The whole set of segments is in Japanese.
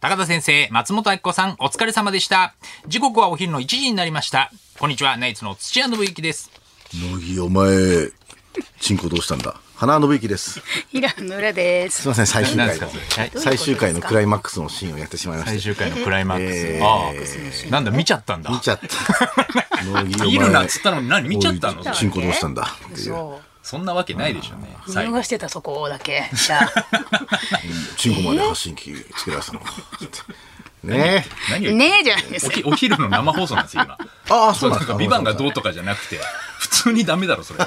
高田先生、松本明子さん、お疲れ様でした。時刻はお昼の1時になりました。こんにちは、ナイツの土屋信之です。乃木お前チンコどうしたんだ花信之です平野浦です。すいません最終何で回すのかそれはい最終回のクライマックスのシーンをやってしまいま最した終回のクライマックス。えーああ、なんだ、見ちゃったんだ。見ちゃっ た乃木お前いるなっつったのに何見ちゃったのおいチンコどうしたんだっていうそそんなわけないでしょうね。う。見最後逃してたそこだけ。じゃあチンコまで発信機つけられてたのかねえ何を言ってねえじゃないですおか。きお昼の生放送なんですよ、今。ああそそううななんでんですすかか美版がどうとかじゃなくて普通にダメだろそれオ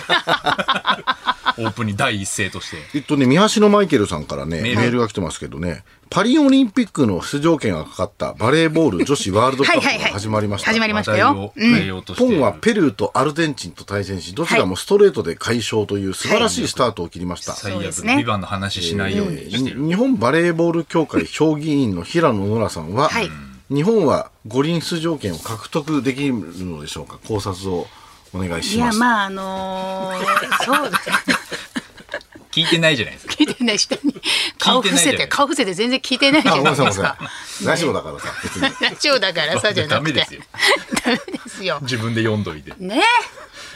ープンに第一声としてえっとね、三橋のマイケルさんからね、メメーールルが来てますけどね、パリオリンピックの出場権がかかったバレーボール女子ワールドカップが始まりました。はいはいはい始まりましたよ話題を変えようとし日ている本はペルーとアルゼンチンと対戦し、どちらもストレートで快勝という素晴らしいスタートを切りました。最そう悪ですね美版の話しないようにしてる、日本バレーボール協会評議員の平野ノラさんは、はい日本は五輪出場権を獲得できるのでしょうか考察をお願いいしまやす。まああのー、そうです。聞いてないじゃないですか聞いてない下に顔伏聞せいてないじゃなてい顔伏せて全然聞いてないじあ、ゃごめんないなさいでごめすんな か。さい。ラジオだからさ、別に。ラジオだからさじゃなダくメて。ですよダメですよ。自分で読んどいてね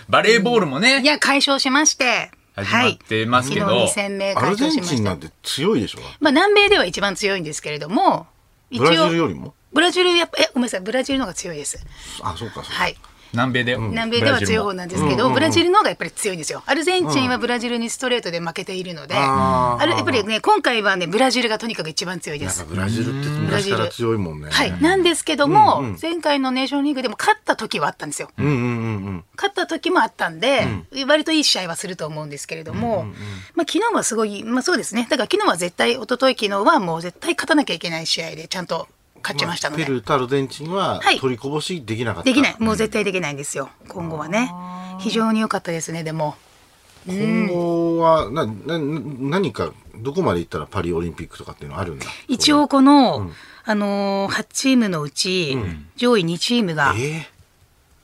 バレーボールもえ。いねや解消しまして。始まってますけどはい、昨日2 0名ア解ルゼ消しンまチしンた。なんて強いでしょまあ南米では一番強いんですけれども。一ブラジル応よりもブラジルやっぱえごめんなさいブラジルの方が強いです。あ、そうか、そうか。はい。南米で、南米では強ブラジルもい方なんですけど、ブラジルの方がやっぱり強いんですよ。アルゼンチンはブラジルにストレートで負けているので、ああーれやっぱりね今回はねブラジルがとにかく一番強いでやっぱす。ブラジルってブラ昔ジかルら強いもんね。はい、なんですけども、前回のネーションリーグでも勝った時はあったんですよ。うんうんうんうん。勝った時もあったんで、割といい試合はすると思うんですけれども、まあ、昨日はすごい、まあ、そうですねだから昨日は絶対一昨日昨日はもう絶対勝たなきゃいけない試合でちゃんと勝ちましたので、あペルーとアルゼンチンははい取りこぼしできなかった。できないもう絶対できないんですよ今後はね非常に良かったですねでも。今後はななな何かどこまで行ったらパリオリンピックとかっていうのあるんだ。一応この、あのー、8チームのうち、上位2チームが、えー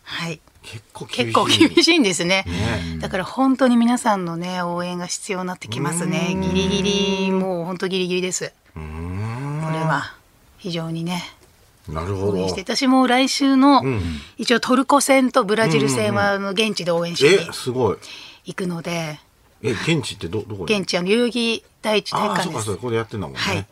はい、結構厳しい。結構厳い。しいんですねねだから本当に皆さんのね応援が必要になってきますねギリギリもう本当ギリギリですうーこん。れは非常にねなるほ応ど援。して私も来週の、ん一応トルコ戦とブラジル戦はあの現地で応援しにえ、すごい。行くので、え、現地ってどどこに？現地は代々木第一体育ああ、館そうでかすそうか。ここでやってんだもんね。はい、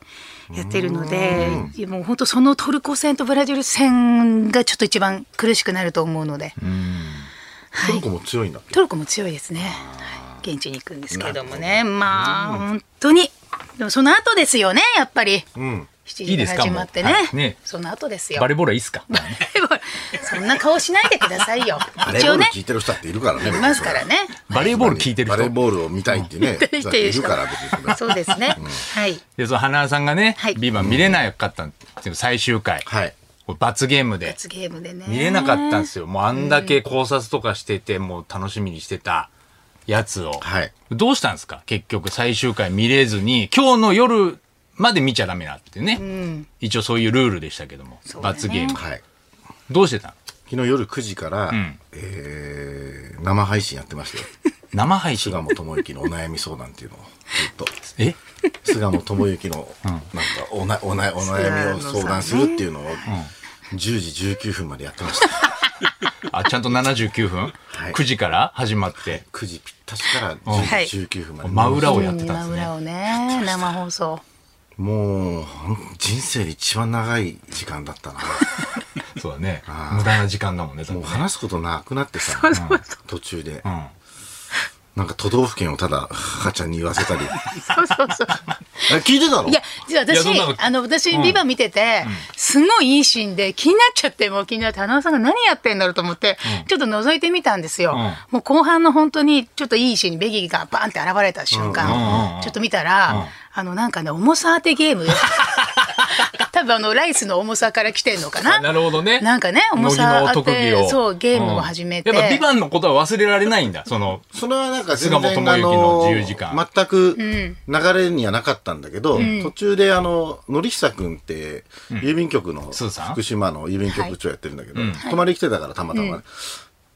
やってるので、もう本当そのトルコ戦とブラジル戦がちょっと一番苦しくなると思うので、はトルい、コも強いんだ。トルコも強いですね。はい現地に行くんですけれどもね、まあ本当にでもその後ですよね、やっぱり。うん。い7いで時ですか始まってもうねはいねその後ですよバレーボールはいいっすか そんな顔しないでください よバレー一ボール応ね聞いてる人だっているからね。いますからねバレーボール聞いてるバレー人ボールを見たいってね。 見たいっていうだっている人から別にそれは。そうですね、はいでその花さんがねはい「ビバン見れなかったんですよ最終回、はい。これ罰ゲームで罰ゲームでね見れなかったんですよ。もうあんだけ考察とかしてて、もう楽しみにしてたやつを。はいどうしたんですか結局最終回見れずに、今日の夜まで見ちゃダメだってね。一応そういうルールでしたけども。そうだね罰ゲーム。はい。どうしてたの昨日夜9時から、んえー生配信やってましたよ生配菅信。野智之のお悩み相談っていうのをずえっと菅野智之のなんかおなおなお悩みを相談するっていうのを10時19分までやってましたあ、ちゃんと79分、 い ?9 時から始まって。 9時ぴったしから10時19分まで、真裏うをんやってたんですね真裏。をね生放送もうほん人生で一番長い時間だったなそうだね。無駄な時間だもんね。多も分うね話すことなくなってさ途中で、うん。なんか都道府県をただ母ちゃんに言わせたり そうそうそうえ聞いてたのいや実はいや私そんなことあの私うんビバ見てて、すごいいいシーンで気になっちゃってもう気になって花輪さんが何やってんだろうと思って、ちょっと覗いてみたんですよ、うんもう後半の本当にちょっといいシーンにベギーがバーンって現れた瞬間、うんうんうんちょっと見たら、あのなんかね重さ当てゲーム 多分あのライスの重さから来てんのかなあなるほどね。なんかね重乃木さの当特技てを。そうゲームを始めて、うんやっぱ、ビバンのことは忘れられないんだ。その、それはなんか全菅然本智あ之の自由時間の全く流れにはなかったんだけど、途中であの典久君って郵便局の、スーさん福島の郵便局長やってるんだけど、泊まり来てたからたまたまね。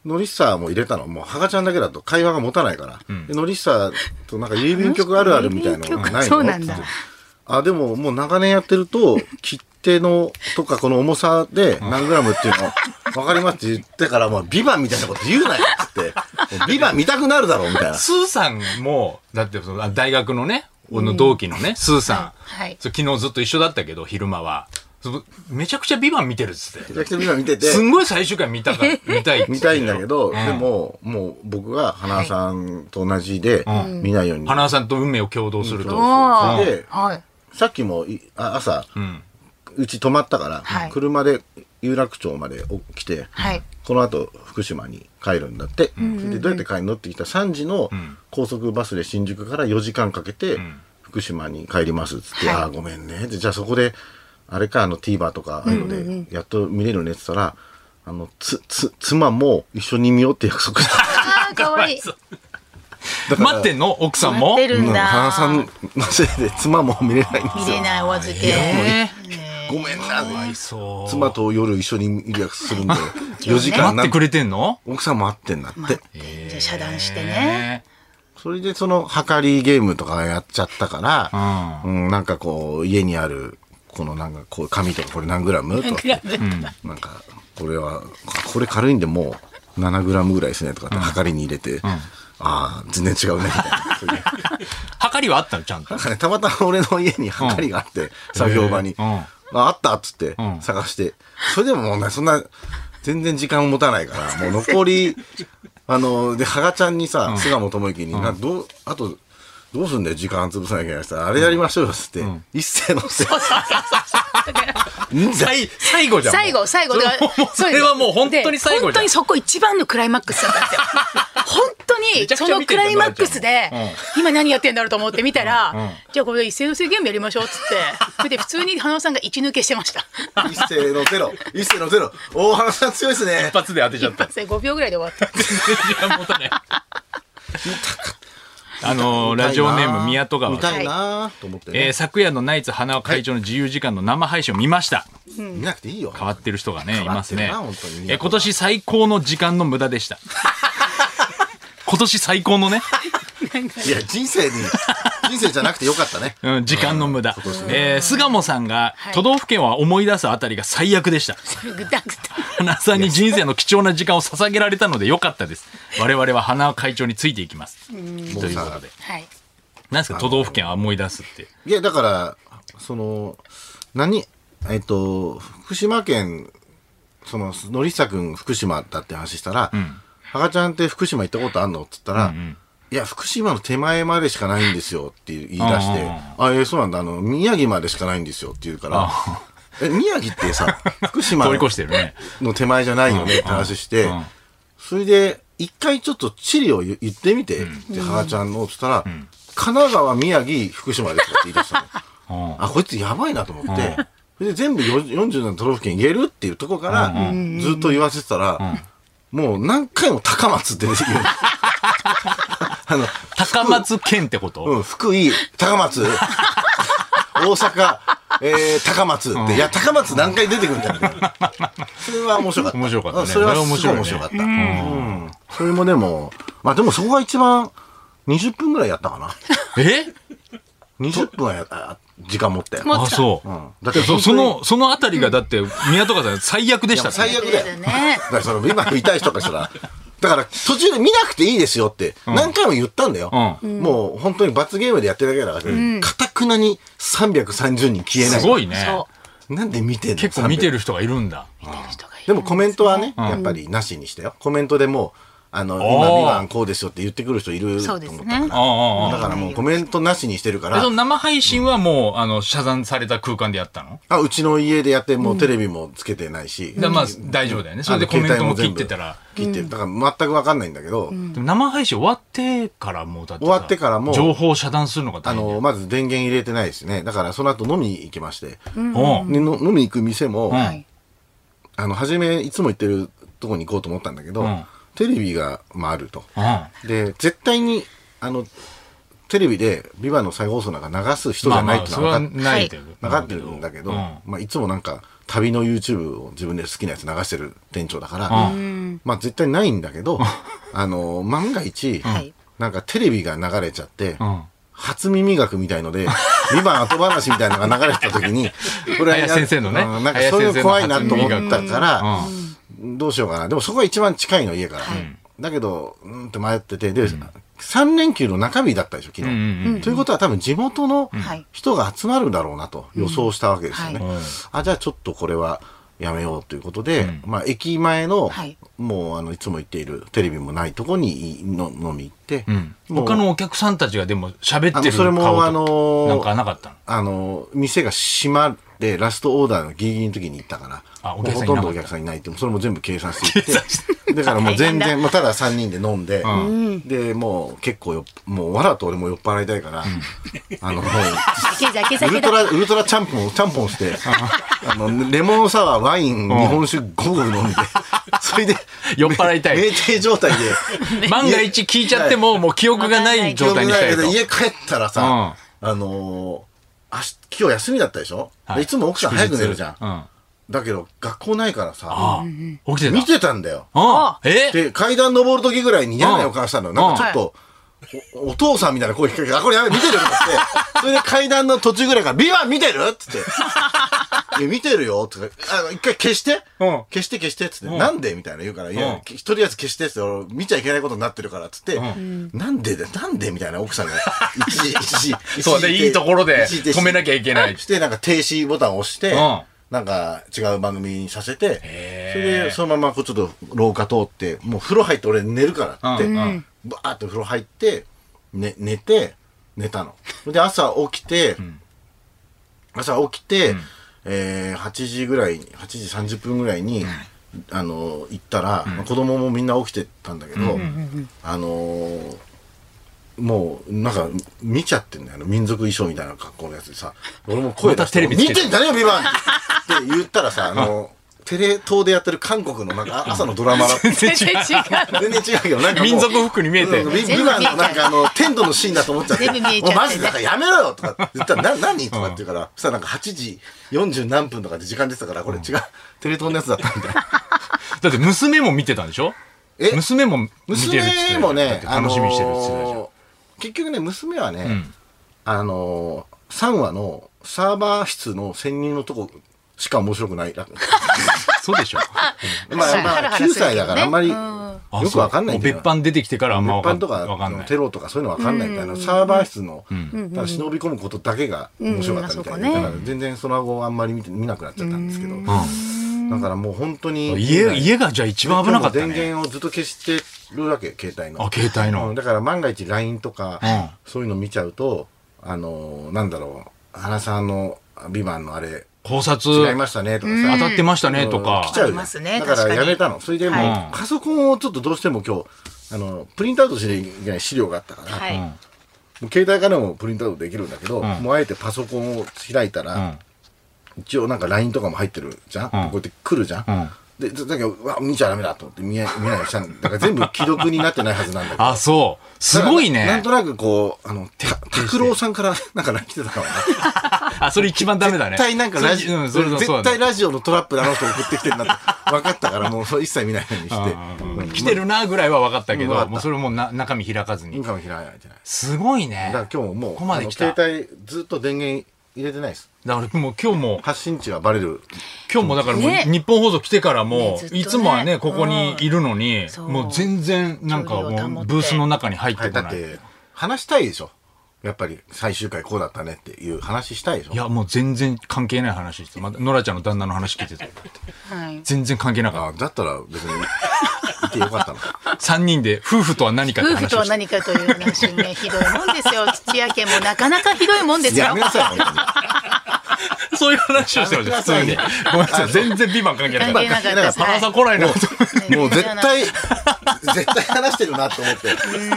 典久も入れたのもうハガちゃんだけだと会話が持たないから、で典久となんか郵便局あるあるみたいなのがないの郵便局そうなん だつってあでももう長年やってるときっ手のとかこの重さで何グラムっていうの分かりますって言ってから、まあ、ビバンみたいなこと言うなよっつって、もうビバン見たくなるだろうみたいな。スーさんも、だってそのあ大学のね、俺の同期のね、スーさん、はいはいそう昨日ずっと一緒だったけど、昼間は。そうめちゃくちゃビバン見てるっつって。めちゃくちゃビバン見てて、すんごい最終回見 たか、見たいっつって見たいんだけど、でも、もう僕が花さんと同じで、見ないように。花輪さんと運命を共同すると。おーで、はい。さっきもいあ朝、うち泊まったから、はい車で有楽町まで来て、はい。この後福島に帰るんだって、でどうやって帰るのって聞いたら3時の高速バスで新宿から4時間かけて福島に帰りますっつって「はいああごめんね」でじゃあそこであれかあの TVer とかああいうのでやっと見れるねっつったら、あのつつ妻も一緒に見ようって約束したあ あ、かわいい。待ってんの奥さんも。待ってるんだ。花さんのせいで妻も見れないんです見よれないお預け。えごめんーかわいなそう。妻と夜一緒にいる約束するんで4時間待っなてんかくれてんの奥さんも会ってんだってじゃあ遮断してね。それでそのはかりゲームとかやっちゃったから、えー。うん。うん、なんかこう、家にある、このなんかこう、紙とかこれ何グラムとか、なんか、これは、これ軽いんでもう7グラムぐらいですねとかって、はかりに入れて、ああ、全然違うね、みたいなそういうはかりはあったのちゃんと。なんかね。たまたま俺の家にはかりがあって、作業場に。うんああったっつってん探して、それでももうね、そんな、全然時間を持たな いから、もう残り、あの、で、はがちゃんにさ、菅野智之に、などう、あと、どうすんだよ、時間潰さなきゃいけないさ、あれやりましょうよ、つって、一斉のせい。最最後じゃん。もう最後、最後。それだからそれはもう本当に最後本じゃ当んに。そこ一番のクライマックスだったんですよ。本当めにちゃくそちゃの見てんクじゃんライマックスでドラちゃんも、今何やってんだろうと思って見たら、うんうんじゃあこれ一斉の制ゲームやりましょうっつって、それで普通に花輪さんが一抜けしてました。一斉のゼロ、一斉のゼロ、大原さん強いですね一。発で当てちゃ一った。発で5秒ぐらいで終わった。時間持たない。あのーラジオネーム宮戸川見さん、たいなと思ってね、えー昨夜のナイツ花輪会長の自由時間の生配信を見ました見なくていいよ。変わってる人がねい変わまっすてるなね本当にえー今年最高の時間の無駄でした 今年最高のね、いや、人生に、人生じゃなくてよかったね。うん、時間の無駄、えー、菅野さんが都道府県は思い出すあたりが最悪でしたぐたぐた。花さんに人生の貴重な時間を捧げられたので良かったです我々は花輪会長についていきますということでもうさはい。なんですか都道府県は思い出すっていや、だから、その、何、えっと、福島県、その、のりさくん福島だって話したら、はがちゃんって福島行ったことあんのって言ったら、いや、福島の手前までしかないんですよって言い出して、あえーそうなんだ、あの、宮城までしかないんですよって言うから、え、宮城っ てさ、福島通のり越してるねの手前じゃないよねって話してんうん、それで、一回ちょっと地理を言言ってみて、って、はがちゃんの、つったら、神奈川、宮城、福島ですって言い出したの。うんあ、こいつやばいなと思って、それで全部よ47都道府県言えるっていうとこから、ずっと言わせてたら、もう何回も高松って 出てくる。あの、高松県ってこと、うん、福井、高松、大阪、えー、高松って、いや、高松何回出てくるんだよ。それは面白かった。面白かったねうんそれはすごい面それは面白白かいった。うんそれもでも、まあでもそこが一番、20分ぐらいやったかな。え20分はやった、時間持って。もあ、そう。うんだってそ本当にその、そのあたりがだって、宮戸川さん最悪でしたいや最悪だよだねだ。からその、今見たい人からしたら、だから途中で見なくていいですよって何回も言ったんだよ。うもう本当に罰ゲームでやってるだけだから、かたくなに330人消えない。すごいね。そう。なんで見てんの結構見てる。る人がいるんだ。人がいるでもコメントはね、やっぱりなしにしたよ。コメントでもう、あの、ー今、ミランこうですよって言ってくる人いるとそ思っうでたすかねああら。ああ、だからもうコメントなしにしてるかああ。そのら、生配信はもう、あの、遮断された空間でやったのあうちの家でやって、もうテレビもつけてないし。だからまあ、大丈夫だよね。それでコメントも切ってたら。。切ってる。だから全くわかんないんだけど、でも生配信終わってからもうだってさ。終わってからも情報を遮断するのがあ大変だの、よ。まず電源入れてないですね。だからその後飲みに行きまして。おうでの飲みに行く店も、うんはい。あの、初めいつも行ってるとこに行こうと思ったんだけど、うんテレビが、まあ、あると。うで、絶対に、あの、テレビで、ビバの再放送なんか流す人ん。まじゃあなまいあ、ってそのれはは分かっないという分かってるんだけど、うんまあ、いつもなんか、旅の YouTube を自分で好きなやつ流してる店長だから、うまあ、絶対ないんだけど、あの、万が一、はいなんかテレビが流れちゃって、うん 初耳学みたいので、 2番後話みたいなのが流れてた時に、こは林先生のねうんなんかそういうの怖いなと思ったから、うどうしようかな。でもそこが一番近いの家から。だけど、うんって迷ってて、で、3連休の中日だったでしょ、昨うんうん日。ということは多分地元のはい人が集まるだろうなと予想したわけですよねうんはいうん。あ、じゃあちょっとこれはやめようということでん、まあ駅前のはい、もうあの、いつも行っているテレビもないとこにいの飲み行ってうん、もう他のお客さんたちがでも喋ってあのるそれ顔もあのとーなんかなかったのあの、店が閉まって、ラストオーダーのギリギリの時に行ったから、あおもう客さほんいなかったとんどお客さんいないって、それも全部計算して いって、だからもう全大変だ然、まあ、ただ3人で飲んで、うで、もう結構よ、もう、わらと俺も酔っ払いたいから、 あの、もう酒酒ウ酒ルだトラ、ウルトラちゃんぽん、ちゃんぽ んして、あの、レモンサワー、ワイン、日本酒、ゴーグル飲んで、それで、 酔っ払いたい酩酊状態 で、万が一聞いちゃってももう記憶がない状態にしたいと記憶ないけど家帰ったらさ、あのー、明日今日休みだったでしょ、はいでいつも奥さん早く寝るじゃん。うんだけど、学校ないからさ、ああ起きてた見てたんだよ。ああえで、階段登る時ぐらいに嫌な予感したのよ。うんなんかちょっと、おお父さんみたいな声聞かれて、あ、これやべ、見てるとかって、それで階段の途中ぐらいから、ビワ見てるっ つって。いや見てるよとか、あの、一回消して、うん消して消してっつって、うんなんでみたいな言うから、いや、うとりあえず消してっつって、俺見ちゃいけないことになってるからっつって、うなんでだ、なんでみたいな 奥さんが、一時、一時、一時そうでいいところで止めなきゃいけないして、なんか停止ボタンを押して、うんなんか違う番組にさせて、へーそれでそのままこうちょっと廊下通って、もう風呂入って俺寝るからって、うんうバーって風呂入って、ね、寝て、寝たの。で、朝起きて、朝起きて、えー8時ぐらいに、8時30分ぐらいに、あの、行ったら、まあ子供もみんな起きてたんだけど、あのーもう、なんか、見ちゃってんだよ。あの民族衣装みたいな格好のやつでさ。俺も声出して、またテレビつ見けててんじゃねえよ、ビバンって言ったらさ、あの、テレ東でやってる韓国のなんかあ朝のドラマだって。全然違う 全然違うけど、なんかもう。民族服に見えてうんビビバンのなんかあの、テントのシーンだと思っちゃって。全部見えちゃってもうマジでなんかやめろよとか言ったら、な、 何とかって言うから、そしたらなんか8時40何分とかで時間出てたから、これ違う。テレ東のやつだったみたいな。だって娘も見てたんでしょえ娘も見てるっつって娘もだっねて、楽しみにしてるっつってたじゃん、あのー結局ね、娘はね、んあのー、3話のサーバー室の潜入のとこしか面白くない。 そうでしょまあまハラあ、ハラ9するけどね歳だからあんまりうん よくわかんないあんそうだよもう別班出てきてからあんまわ別かん班とかわかんないテロとかそういうのわかんないみたいな、サーバー室の、ただ忍び込むことだけが面白かったみたいな、うんうんだから全然その後あんまり見て見なくなっちゃったんですけど、だからもう本当に家家がじゃあ一番危なかった電ね源をずっと消してるわけ携帯のあ携帯うんのだから万が一 LINE とか、うんそういうの見ちゃうとあのーなんだろう原さんの「ビバンのあれ考察違いましたねとかさ、当たってましたねとうんか来ちゃうじあゃりんますねだか確からにやめたのそれでもう、はいパソコンをちょっとどうしても今日あのプリントアウトしなきゃいけない資料があったから、はい、うんもう携帯からもプリントアウトできるんだけど、んもうあえてパソコンを開いたうら、ん一応なんか LINE とかも入ってるじゃん、こうやって来るじゃん、うんでだだけどうわ見ちゃダメだと思って見え見ないようにしたんだから全部既読になってないはずなんだけどあそうすごいだからなねんとなくこう、あの、た拓郎さんからなんか LINE 来てたからね。あそれ一番ダメだね絶対なんかラジそれうオ、んそれそう絶だ対ねラジオのトラップであの人送ってきてるなって分かったから、もうそれ一切見ないようにしてうんうんううんん。来てるなぐらいは分かったけうん分かどったもうそれもな中身開かずインにカム開いてない。すごいねだから今日ももう、ここまで来たあの携帯ずっと電源入れてないです。だからもう今日も発信地はバレる。今日もだからもうね日本放送来てからねもずっとねいつもはねここにいるのにそうもう全然なんか距離を保もっうてブースの中に入っはてい、こだっないて、話したいでしょ。やっぱり最終回こうだったねっていう話したいでしょ。いやもう全然関係ない話してまたノラちゃんの旦那の話聞いてたはい、全然関係なかっあだったら別に、いてよかったの。た3人で夫婦とは何かって夫婦話とをはして何かという話ねひどいもんですよ土屋家もなかなかひどいも んですよやめなさい、本当に。 そういう話をしてました普通にごめんなさい全然ビバン関係なか関っ係たなかったパナさん来ないなと もう絶対、 絶対話してるなと思って、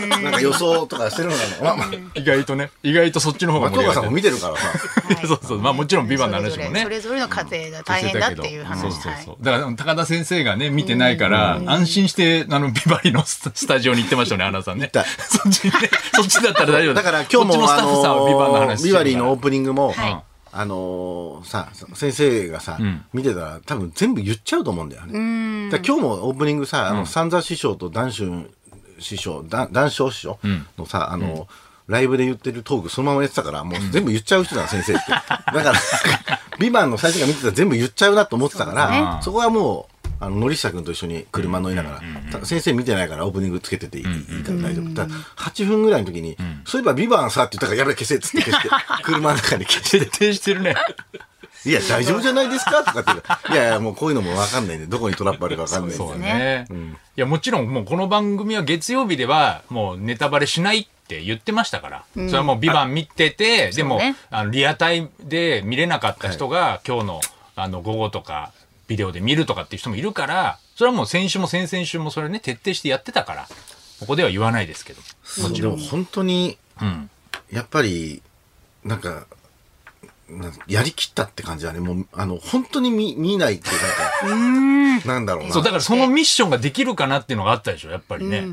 なんか予想とかしてるのかな。まあ、ま意外とね意外とそっちの方があ、松盛り岡上さがんっても見てるからさ。る そうそうまあもちろんビバンの話もねそれぞれの家庭が大変だっていう話、そうはいそうそう。だから、高田先生がね、見てないから、安心して、あの、ビバリのスタスタジオに行ってましたよね、アナさんね。行ったそっちにね、そっちだったら大丈夫だから今日こっちも、のスあタッフさんはビバンのの話ー、してビるかバらリーのオープニングもはい、あのー、さ、先生がさん、見てたら多分全部言っちゃうと思うんだよね。だから今日もオープニングさ、あの、三座師匠と男春師匠、だ男章師匠のさ、あのー、ライブで言ってるトークそのままやってたから、もう全部言っちゃう人なの、先生 って。だから、ビバンの最初から見てたら全部言っちゃうなと思ってたから、そ,、こはもう、あの、森下君と一緒に車乗りながら、た先生見てないからオープニングつけてていい,、から大丈夫。ただ、8分ぐらいの時に、そういえばビバンさって言ったから、やべ、消せっつって消して、 車の中に消して徹底してるね。いや、大丈夫じゃないですかとかって言うからいやいや、もうこういうのもわかんないんで、どこにトラップあるかわかんないんそうで。ね。いや、もちろんもうこの番組は月曜日ではもうネタバレしないって言ってましたから。それはもうビバン見てて、でも、そうねあのリアタイで見れなかった人が今日のあの午後とかビデオで見るとかっていう人もいるから、それはもう先週も先々週もそれね、徹底してやってたから、ここでは言わないですけど。そうでも本当に、んやっぱりなんかなんかやりきったって感じだねもうあの本当に見見ないって なんかなんだろうなそう、だからそのミッションができるかなっていうのがあったでしょ、やっぱりね。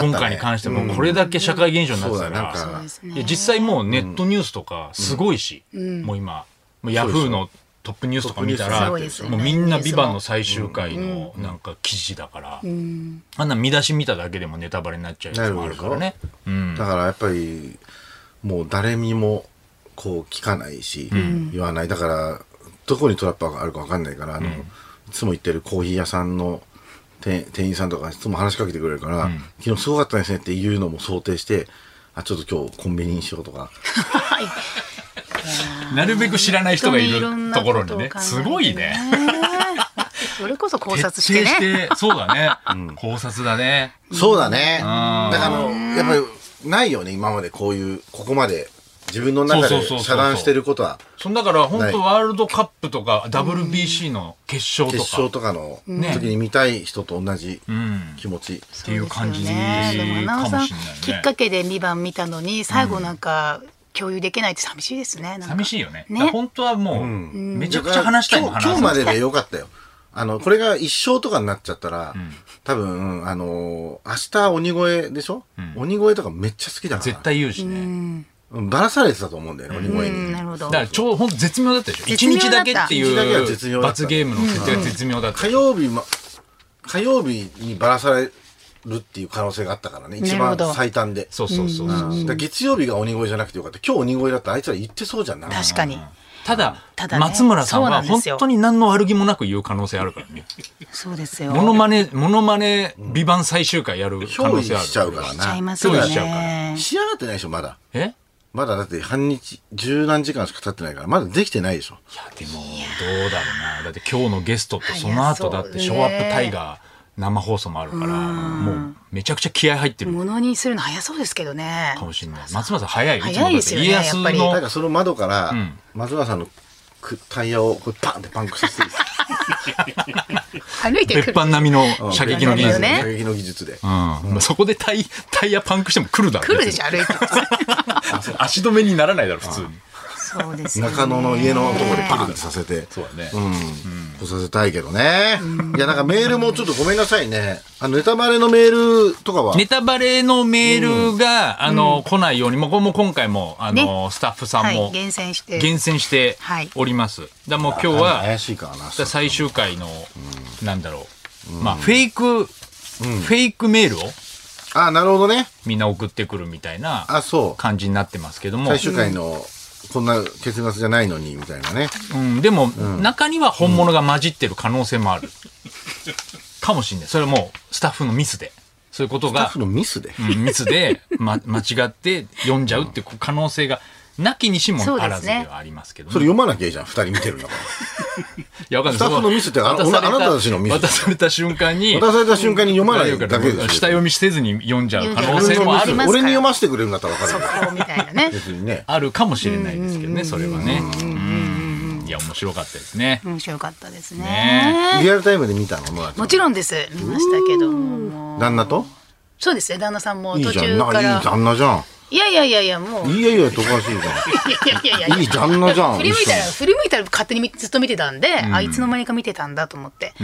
今回に関してもこれだけ社会現象になってたから。うんそうだねそうですねいや実際もうネットニュースとかすごいし、もう今もうヤフーのトップニュースとか見たらトップニュースもうみんな「すごいですよねビバンの最終回のなんか記事だから、あんな見出し見ただけでもネタバレになっちゃうやつもあるからね。うんだからやっぱりもう誰にもこう聞かないし、言わないだからどこにトラップがあるかわかんないからあの、いつも行ってるコーヒー屋さんの店店員さんとかいつも話しかけてくれるから、昨日すごかったですねっていうのも想定してあちょっと今日コンビニにしようとかはい。なるべく知らない人がいる本当にいろんなところにとをね考えてすごいね。。それこそ考徹底察してね。してそうだね、考察だね。そうだね。だからあの、やっぱり、ないよね、今までこういう、ここまで、自分の中そうでそうそうそう遮断してることは、そんだから本ない当ワールドカップとか WBC の決勝と決勝かとかのね時に見たい人と同じん気持ち。っていう感じかもねしでれもな奈緒さんきっいねか。けで2番見たのに最後なんか共有できないって寂しいですね。寂しいい。よね。ねだから本当はもう、めちゃくちゃ話したいもん話今日さ今な日いまででよかったよ。あの、これが一生とかになっちゃったら、多分、あのー明日鬼越でしょ、鬼越とかめっちゃ好きだから。絶。対言うしね。うん、ばらされてたと思うんだよね、鬼越うに。ん、なるほどだ。から超ほんと絶妙だったでしょ。絶一妙だ日っただけって一日だけは絶い妙うだった罰ゲームの設定が絶妙だった火。曜日、ま、火曜日にばらされるっていう可能性があったからね一なるほ番ど最短でそうそうそうそう。だから月曜日が鬼越じゃなくてよかった今日鬼越だったらあいつら言ってそうじゃんな確かに。ただただね松村さんそうなはんで本すよ当に何の悪気もなく言う可能性あるからね。そうですよ。モノマネモノマネ美版最終回やる可憑能依性ある。しちゃうからなしちゃいますよね憑依しちゃうか仕上がってないでしょまだえ？いやまだだって半日十何時間しか経ってないからまだできてないでしょでもどうだろうな。だって今日のゲストとその後だってショーアップタイガー生放送もあるから、もうめちゃくちゃ気合入ってるものにするの早そうですけどねか。もしれない。松村さん早い。早いですよねいつもだってやっぱり家康のなんかその窓からん松村さんのくタイヤをこうパンってパンクさせて る歩いて別くる。班並みの射撃の技術ね射撃の技術でうんまあそこでタイタイヤパンクしても来るだろう来るでしょ歩いて。別に足止めにならないだろ普通にそうですよね。中野の家のところでパンってさせてそうだね、来させたいけどね。いや、なんかメールもちょっとごめんなさいね。あの、ネタバレのメールとかは。ネタバレのメールが、あの来ないようにもうこれも今回もあの、スタッフさはんもい厳選して。厳選してはいおります、だからもう今日は怪しいからな。だ最終回の、なんだろう、まあフェイク、フェイクメールをあ、なるほどね。みんな送ってくるみたいなあ、そう。感じになってますけども最終回の、こんな結末じゃないのに、みたいなね。うん、でも、中には本物が混じってる可能性もある。かもしんない。それはもう、スタッフのミスで。そういうことスタッがフ、のミスで。うんミスで、ま、 間違って読んじゃうってこう可能性が、なきにしもあらずではありますけど、ねそれ読まなきゃいいじゃん、二人見てるんだかいや、わかんない。スタッフのミスってあの渡されあなたたちのミス渡された瞬間に、ら。渡された瞬間に読まないだけでしょ。下読みせずに読んじゃう可能性俺のもミあスる読んじゃう可能性もありますから俺に読ませてくれるんだったらわかる速よ。報みたいなね。別にね。あるかもしれないですけどね、それはね。うんいや、面白かったですね。面白かったですねね。リアルタイムで見たのももちろんです。見ましたけども。旦那とそうですね。旦那さんもいい途じゃん。中なんかかいいら。旦那じゃいやいやいやいや、もう。ん。いやいや、とかしいじゃん。いやいやいややいい旦那じゃん振り向いたら、一緒振り向いたら勝手に見ずっと見てたんで、あいつの間にか見てたんだと思って。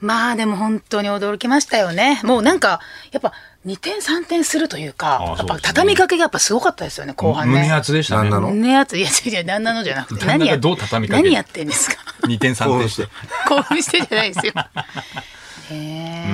まあでも本当に驚きましたよね。もうなんか、やっぱ2点3点するというか、ああやっそうぱですね畳みかけがやっぱすごかったですよね、後半ね。胸熱でしたね。旦那の胸熱いや違う違う、旦那のじゃなくて、旦那が何やどう畳みかける何やってんですか。 2点3点して。興奮してじゃないですよ。へえ。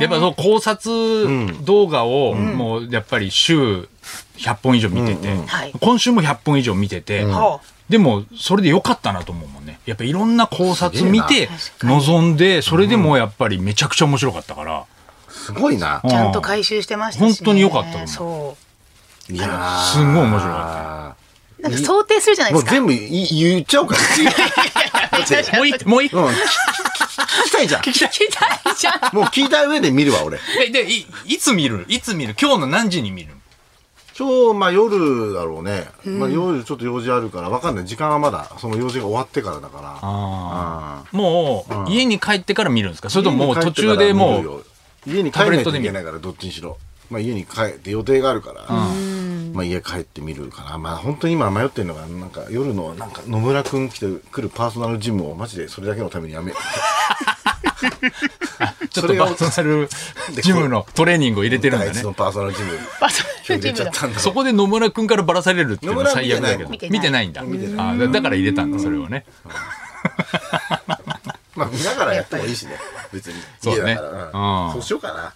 やっぱその考察動画をもうやっぱり週100本以上見てて、はい今週も100本以上見てて、はあでもそれで良かったなと思うもんねやっぱいろんな考察見てすげえな望んでそれでもやっぱりめちゃくちゃ面白かったから、すごいなう。ちゃんと回収してましたし、ね、本当に良かったと思うそいやーすんごい面白かうなんか想定するじゃないもでうすか全部い言っちゃおう か。もういもういうん、聞きたいじゃん。聞きたい聞きたい じゃんもう聞いた上で見るわ、俺。えでいいつ見るいつ見る今日の何時に見る今日、まあ夜だろうね。まあ夜ちょっと用事あるから、わかんない。時間はまだ、その用事が終わってからだから。あああもう、家に帰ってから見るんですかそーれとももう途中でもう家に帰らないといけないから、どっちにしろ。まあ家に帰って予定があるから、まあ家帰って見るかな。まあ本当に今迷ってるのが、なんか夜の、なんか野村くん来てくるパーソナルジムをマジでそれだけのためにやめ。ちょっとパーソナルジムのトレーニングを入れてるんあだいつねのパーソナルジム。 バト入ルジれムちゃだったんだ。そこで野村くんからばらされるっていうのは野村最悪だけど見てない見てないんだあーだだから入れたんだそれをねまあ見ながらやった方がいいしね。別に。そうね家だからうんそうしようかな。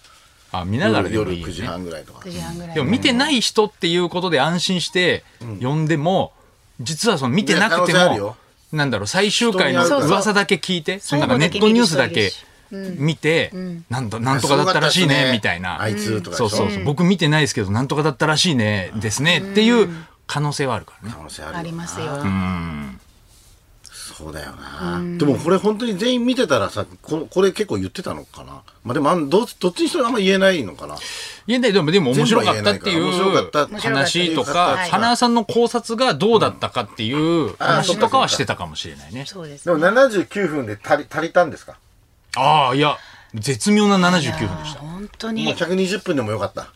あ見ながらでも夜いいよ9時ね半ぐらいとか。 9時半ぐらいでも見てない人っていうことで安心して呼んでも、実はその見てなくていや可能性あるもよ、なんだろう、最終回の人によるから噂だけ聞いて、そうなんかネットニュースだけ見てん、なんとなんとかだったらしいね、みたいなあ。いつとかでしそょ。うそうそう、僕見てないですけど、なんとかだったらしいね、ですね、っていう可能性はあるからね。可能性あるよなありますよ、そうだよな。でもこれ本当に全員見てたらさ、ここれ結構言ってたのかな。まあでもあんどうどっちにしてもあんま言えないのかな。いやでもでも面白かったっていう全部は言えないから面白かった話とか、面白かった花輪さんの考察がどうだったかっていう話とかはあーそうかそうかしてたかもしれないね。そうですでも79分で足り足りたんですか。ああ、いや、絶妙な79分でしたあー。本当もうに120分でもよかった。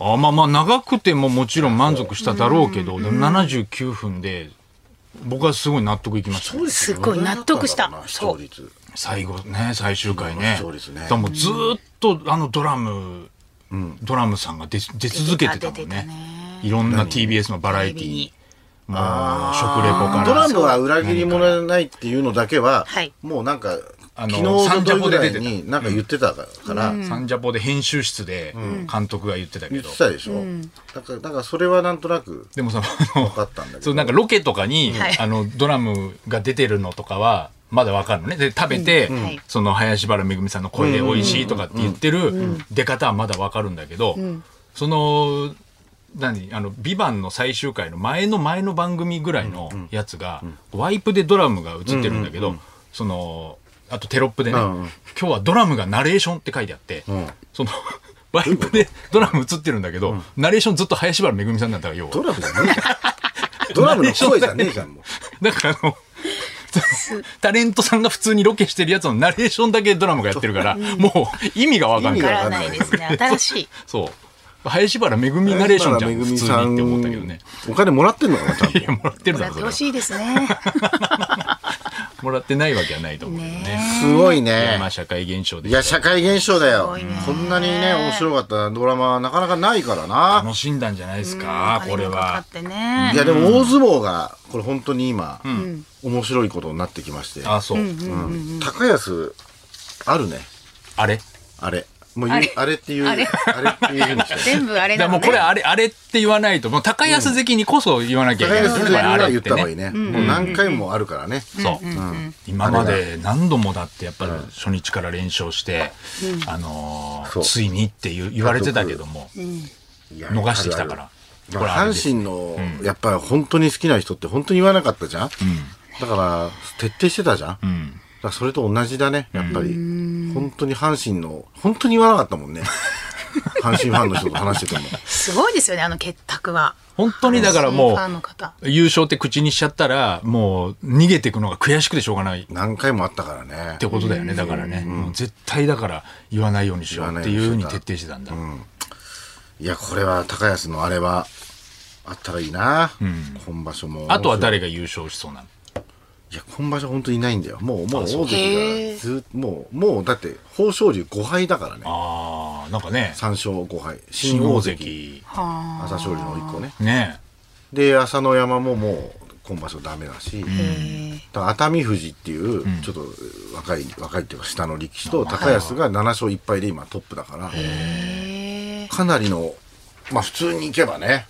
あまあまあ長くてももちろん満足しただろうけど、でも79分で僕はすごい納得いきましたね、すごい納得した視聴率。最後ね最終回ねそうですねだからもうずーっとあのドラム、ドラムさんが出出続けてたも出んてたねねいろんな TBS のバラエティーにもう食レポからドラムは裏切り者じゃないっていうのだけははい、もうなんか、あ昨の日のサンジャポぐでら出いてたになんか言ってたから、サンジャポで編集室で監督が言ってたけ言っど、てたでしょ。だから、だからそれはなんとなくでもさあの分かったんだけど。そうなんかロケとかに、はいあのドラムが出てるのとかはまだわかるのねで食べて、んはいその林原めぐみさんの声で「美味しい」とかって言ってる出方はまだわかるんだけど、その何あの「ビバンの最終回の前の前の番組ぐらいのやつが、ワイプでドラムが映ってるんだけど、そのあとテロップでね、うんうん今日はドラムがナレーション」って書いてあって、んその。ワイプでドラム映ってるんだけど、ナレーションずっと林原めぐみさんなんだから要はドラムじゃねえじゃん。ドラムの声じゃねえじゃん、もう。だからあの、タレントさんが普通にロケしてるやつのナレーションだけドラムがやってるから、もう意味がわかん意味ながい。わからないですね新しいそう。林原めぐみナレーションじゃん、めぐ普み通さにんって思ったけどね。お金もらってんのかな、ちゃんとい。や、もらってるもだらろ、ってそれほは。しいですねもらってないわけはないと思うけどね。すごいいやねまあ。社会現象ですいかや、ら。社会現象だよすごいね。こんなにね、面白かったドラマはなかなかないからな。楽しんだんじゃないですか、これお金もかかはっ。てねいや、でも大相撲が、これ本当に今、面白いことになってきまして。あ、そう。うん高安、あるね。あれあれ。もう言あうれ、あれっていう、ああれれっていうふうに して。全部あれだからもなのうこれねあれ、あれって言わないと、もう高安関にこそ言わなきゃい高けない。安であはれ言っってた方がいねい。ね。もう何回もあるからね。そう、今まで何度もだってやっぱり初日から連勝して、あのーそうついにっていう言われてたけども、いや逃してきたから。まこれああれで阪す神の、やっぱり本当に好きな人って本当に言わなかったじゃん、だから徹底してたじゃん、だからそれと同じだねやっぱり、本当に阪神の本当に言わなかったもんね 阪神ファンの人と話しててもすごいですよねあの結託は本当にだからフもァンのう、方優勝って口にしちゃったら、もう逃げていくのが悔しくてしょうがないっ何回もあったからねてことだよね。だからね、もう絶対だから言わないようにしようっていうふうに徹底してたんだ。いやこれは高安のあれはあったらいいな、今場所もあとは誰が優勝しそうなのいや今場所本当にいないんだよもうもう大関がへーずっともうもうだって豊昇龍5敗だからねああ、なんかね、 3勝5敗新大関、はあ朝青龍の1個ねね、で朝乃山ももう今場所ダメだし、えだから熱海富士っていうちょっと若い、若いっていうか下の力士と高安が7勝1敗で今トップだからーえーかなりのまあ普通に行けばね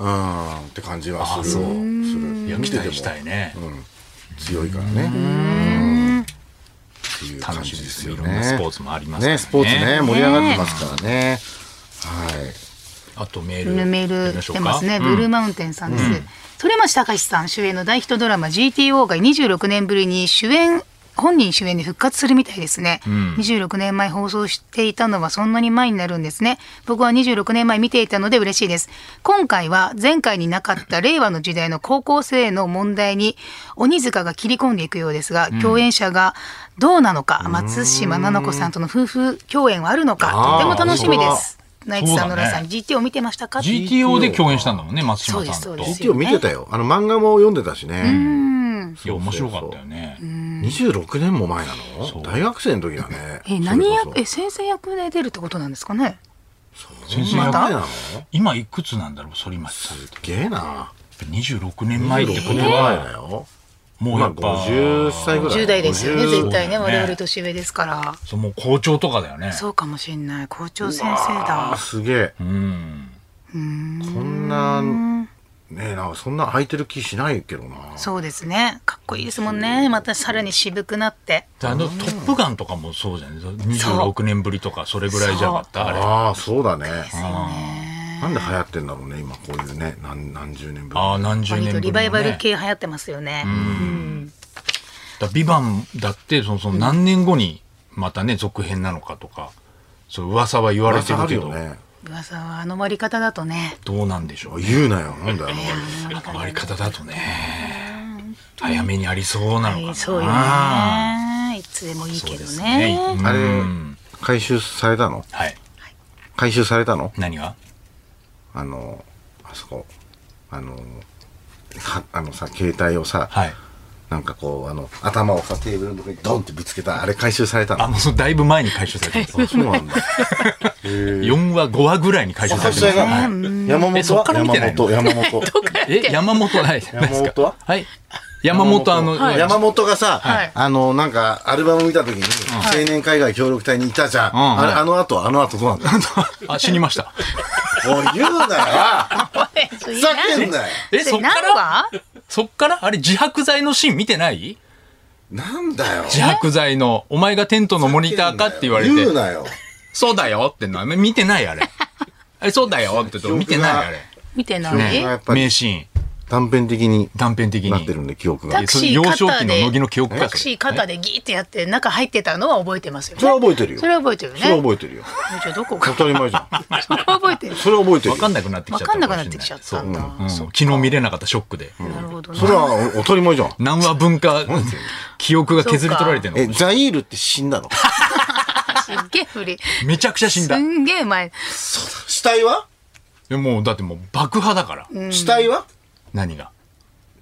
うんって感じはするあするいや見期て待てもしたいね、強いからねうんっていう感楽しじみでですすよよねいろんなスポーツもありますからねねスポーツね盛り上がってますからねはいあとメールメール来てますね、ブルーマウンテンさんです、鳥増隆さん主演の大ヒットドラマ GTO が26年ぶりに主演本人主演で復活するみたいですね、26年前放送していたのはそんなに前になるんですね僕は26年前見ていたので嬉しいです今回は前回になかった令和の時代の高校生の問題に鬼塚が切り込んでいくようですが、共演者がどうなのか松島菜々子さんとの夫婦共演はあるのかあーとても楽しみですナイツさん、そうだねノラさん GT を見てましたか GTO で共演したんだもんね松島さそうんでとすそうですい一応見てたよあの漫画も読んでたしねうんや面白かったよね26年も前なのう大学生の時だねえ何それ役こえ先生役で出るってことなんですかねそ先生そんな前なの役今いくつなんだろう反町さんすっげえな26年前ってこと26年前はだよもうまやあっぱ50歳ぐらい10代ですよね50絶対ねそうだ我ね々年上ですからそうもう校長とかだよねそうかもしんない校長先生あだすげえうんこんなねえなんかそんな空いてる気しないけどなそうですねかっこいいですもんねまたさらに渋くなってであの「トップガン」とかもそうじゃない26年ぶりとかそれぐらいじゃなかったあれあああそうだねあなんで流行ってんだろうね今こういうね何何十年ぶりああ何十割年ぶりのねとリバイバル系流行ってますよねうんだビバンだってそのその何年後にまたね続編なのかとかそう噂は言われてるけど、噂あるよね噂はあの割り方だとねどうなんでしょあう言うなよなんだよ回り方だとね早めにありそうなのかなそうよねいつでもいいけどですねねあれうん回収されたのはい回収されたの何があのあそこあのかあのさ携帯をさ、はいなんかこうあの頭をさテーブルのとこにドンってぶつけたあれ回収されたのあもうそうだいぶ前に回収されてますあそうなんだへえ4話5話ぐらいに回収されてますない山本えそっはから見てないの山本山本え山本ないじゃないです山か本ははい山本あの、はい山本がさ、はいあの、なんか、アルバム見たときに、青年海外協力隊にいたじゃん。んあれ、はいあの後、あの後どうなんだあ死にましたおい、言うなよそふれざけんなよえそっか何ら話そっからあれ自白剤のシーン見てないなんだよ自白剤のお前がテントのモニターかって言われて言うなよ。そうだよってのは見てないあれあれそうだよって言うと見てないあれ見てない、記憶がやっぱり名シーン断片的に断片的になってるんで、記憶タがえ。クそれシー幼少肩期ので乃木の記憶かタクシー肩でギーってやって中入ってたのは覚えてますよねそれは覚えてるよ。それは覚えてるよねそれは覚えてるよ。じゃあどこ 当かたり前じゃん。それは覚えてるそれは覚えてる分よかんなくなってきちゃったわかんなくなってきちゃったんだそううんそっ昨か日見れなかったショックでなるほどねそれはお当たり前 じゃん。何話分か記憶が削り取られてるのえ、かもしザイールって死んだのすっげえ振りれないめちゃくちゃ死んすだんげえ前 死体はえもうだってもう爆破だから死体は何が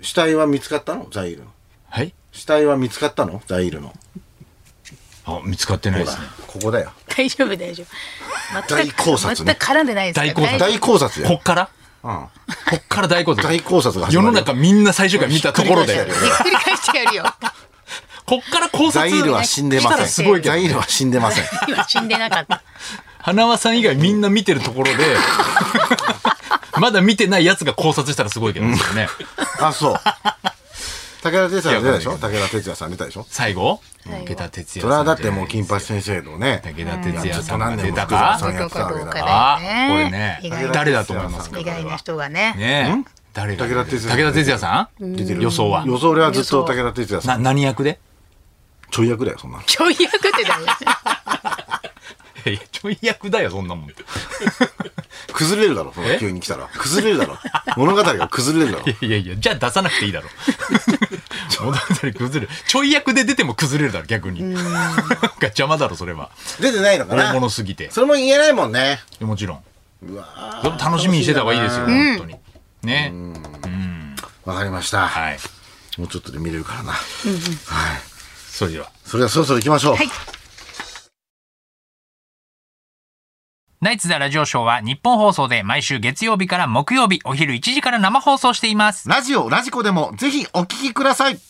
死体は見つかったのザイールの。はい死体は見つかったのザイールの。あ見つかってないですねここだよ。大丈夫大丈夫全く大考察ね全く絡んでないですから大考察大考察こよっ。からうんこっから大考察大考察が始世まのるよ中みんな最終回見たところひっでくり返ひっくり返してやるよこっから考ザ察イールは死んでしまたせらん。すごいけどザイールは死んでま せん。今死んでな かった花輪さん以外みんな見てるところでまだ見てないやつが考察したらすごいけどねそれねあ、そう。武田鉄矢さん出たでしょいやわ武か田鉄矢さん出たでしょ最後後武田鉄矢それさはんだってもう金八先生のね。武田鉄矢さんが何出年もた福沢かさんやってたわけだどうかどうかかあねこれ意ね外誰だと思いますか意これ外なは人がねねえ誰が武田鉄矢さん武田鉄矢さん出てる予想はら。予想俺はずっと武田鉄矢さ。なん何役でちょい役だよ、そんなの。 ちょい役ってだよいやちょい役だよそんなもんい崩れるだろ、そのえ急に来たら。崩れるだ ろ。物語が崩れるだろ。やいやいやじゃあ出さなくていいだ ろ物語崩れるちょい役で出ても崩れるだろ逆に なんか邪魔だろそれは出てないのか大な物すぎてそれも言えないもんね。もちろんうわそれも楽しみにしてた方がいいですよ本当にねーわかりました。はいもうちょっとで見れるからな。それではそれではそろそろ行きましょう。はいナイツザラジオショーは日本放送で毎週月曜日から木曜日お昼1時から生放送しています。ラジオ、ラジコでもぜひお聞きください。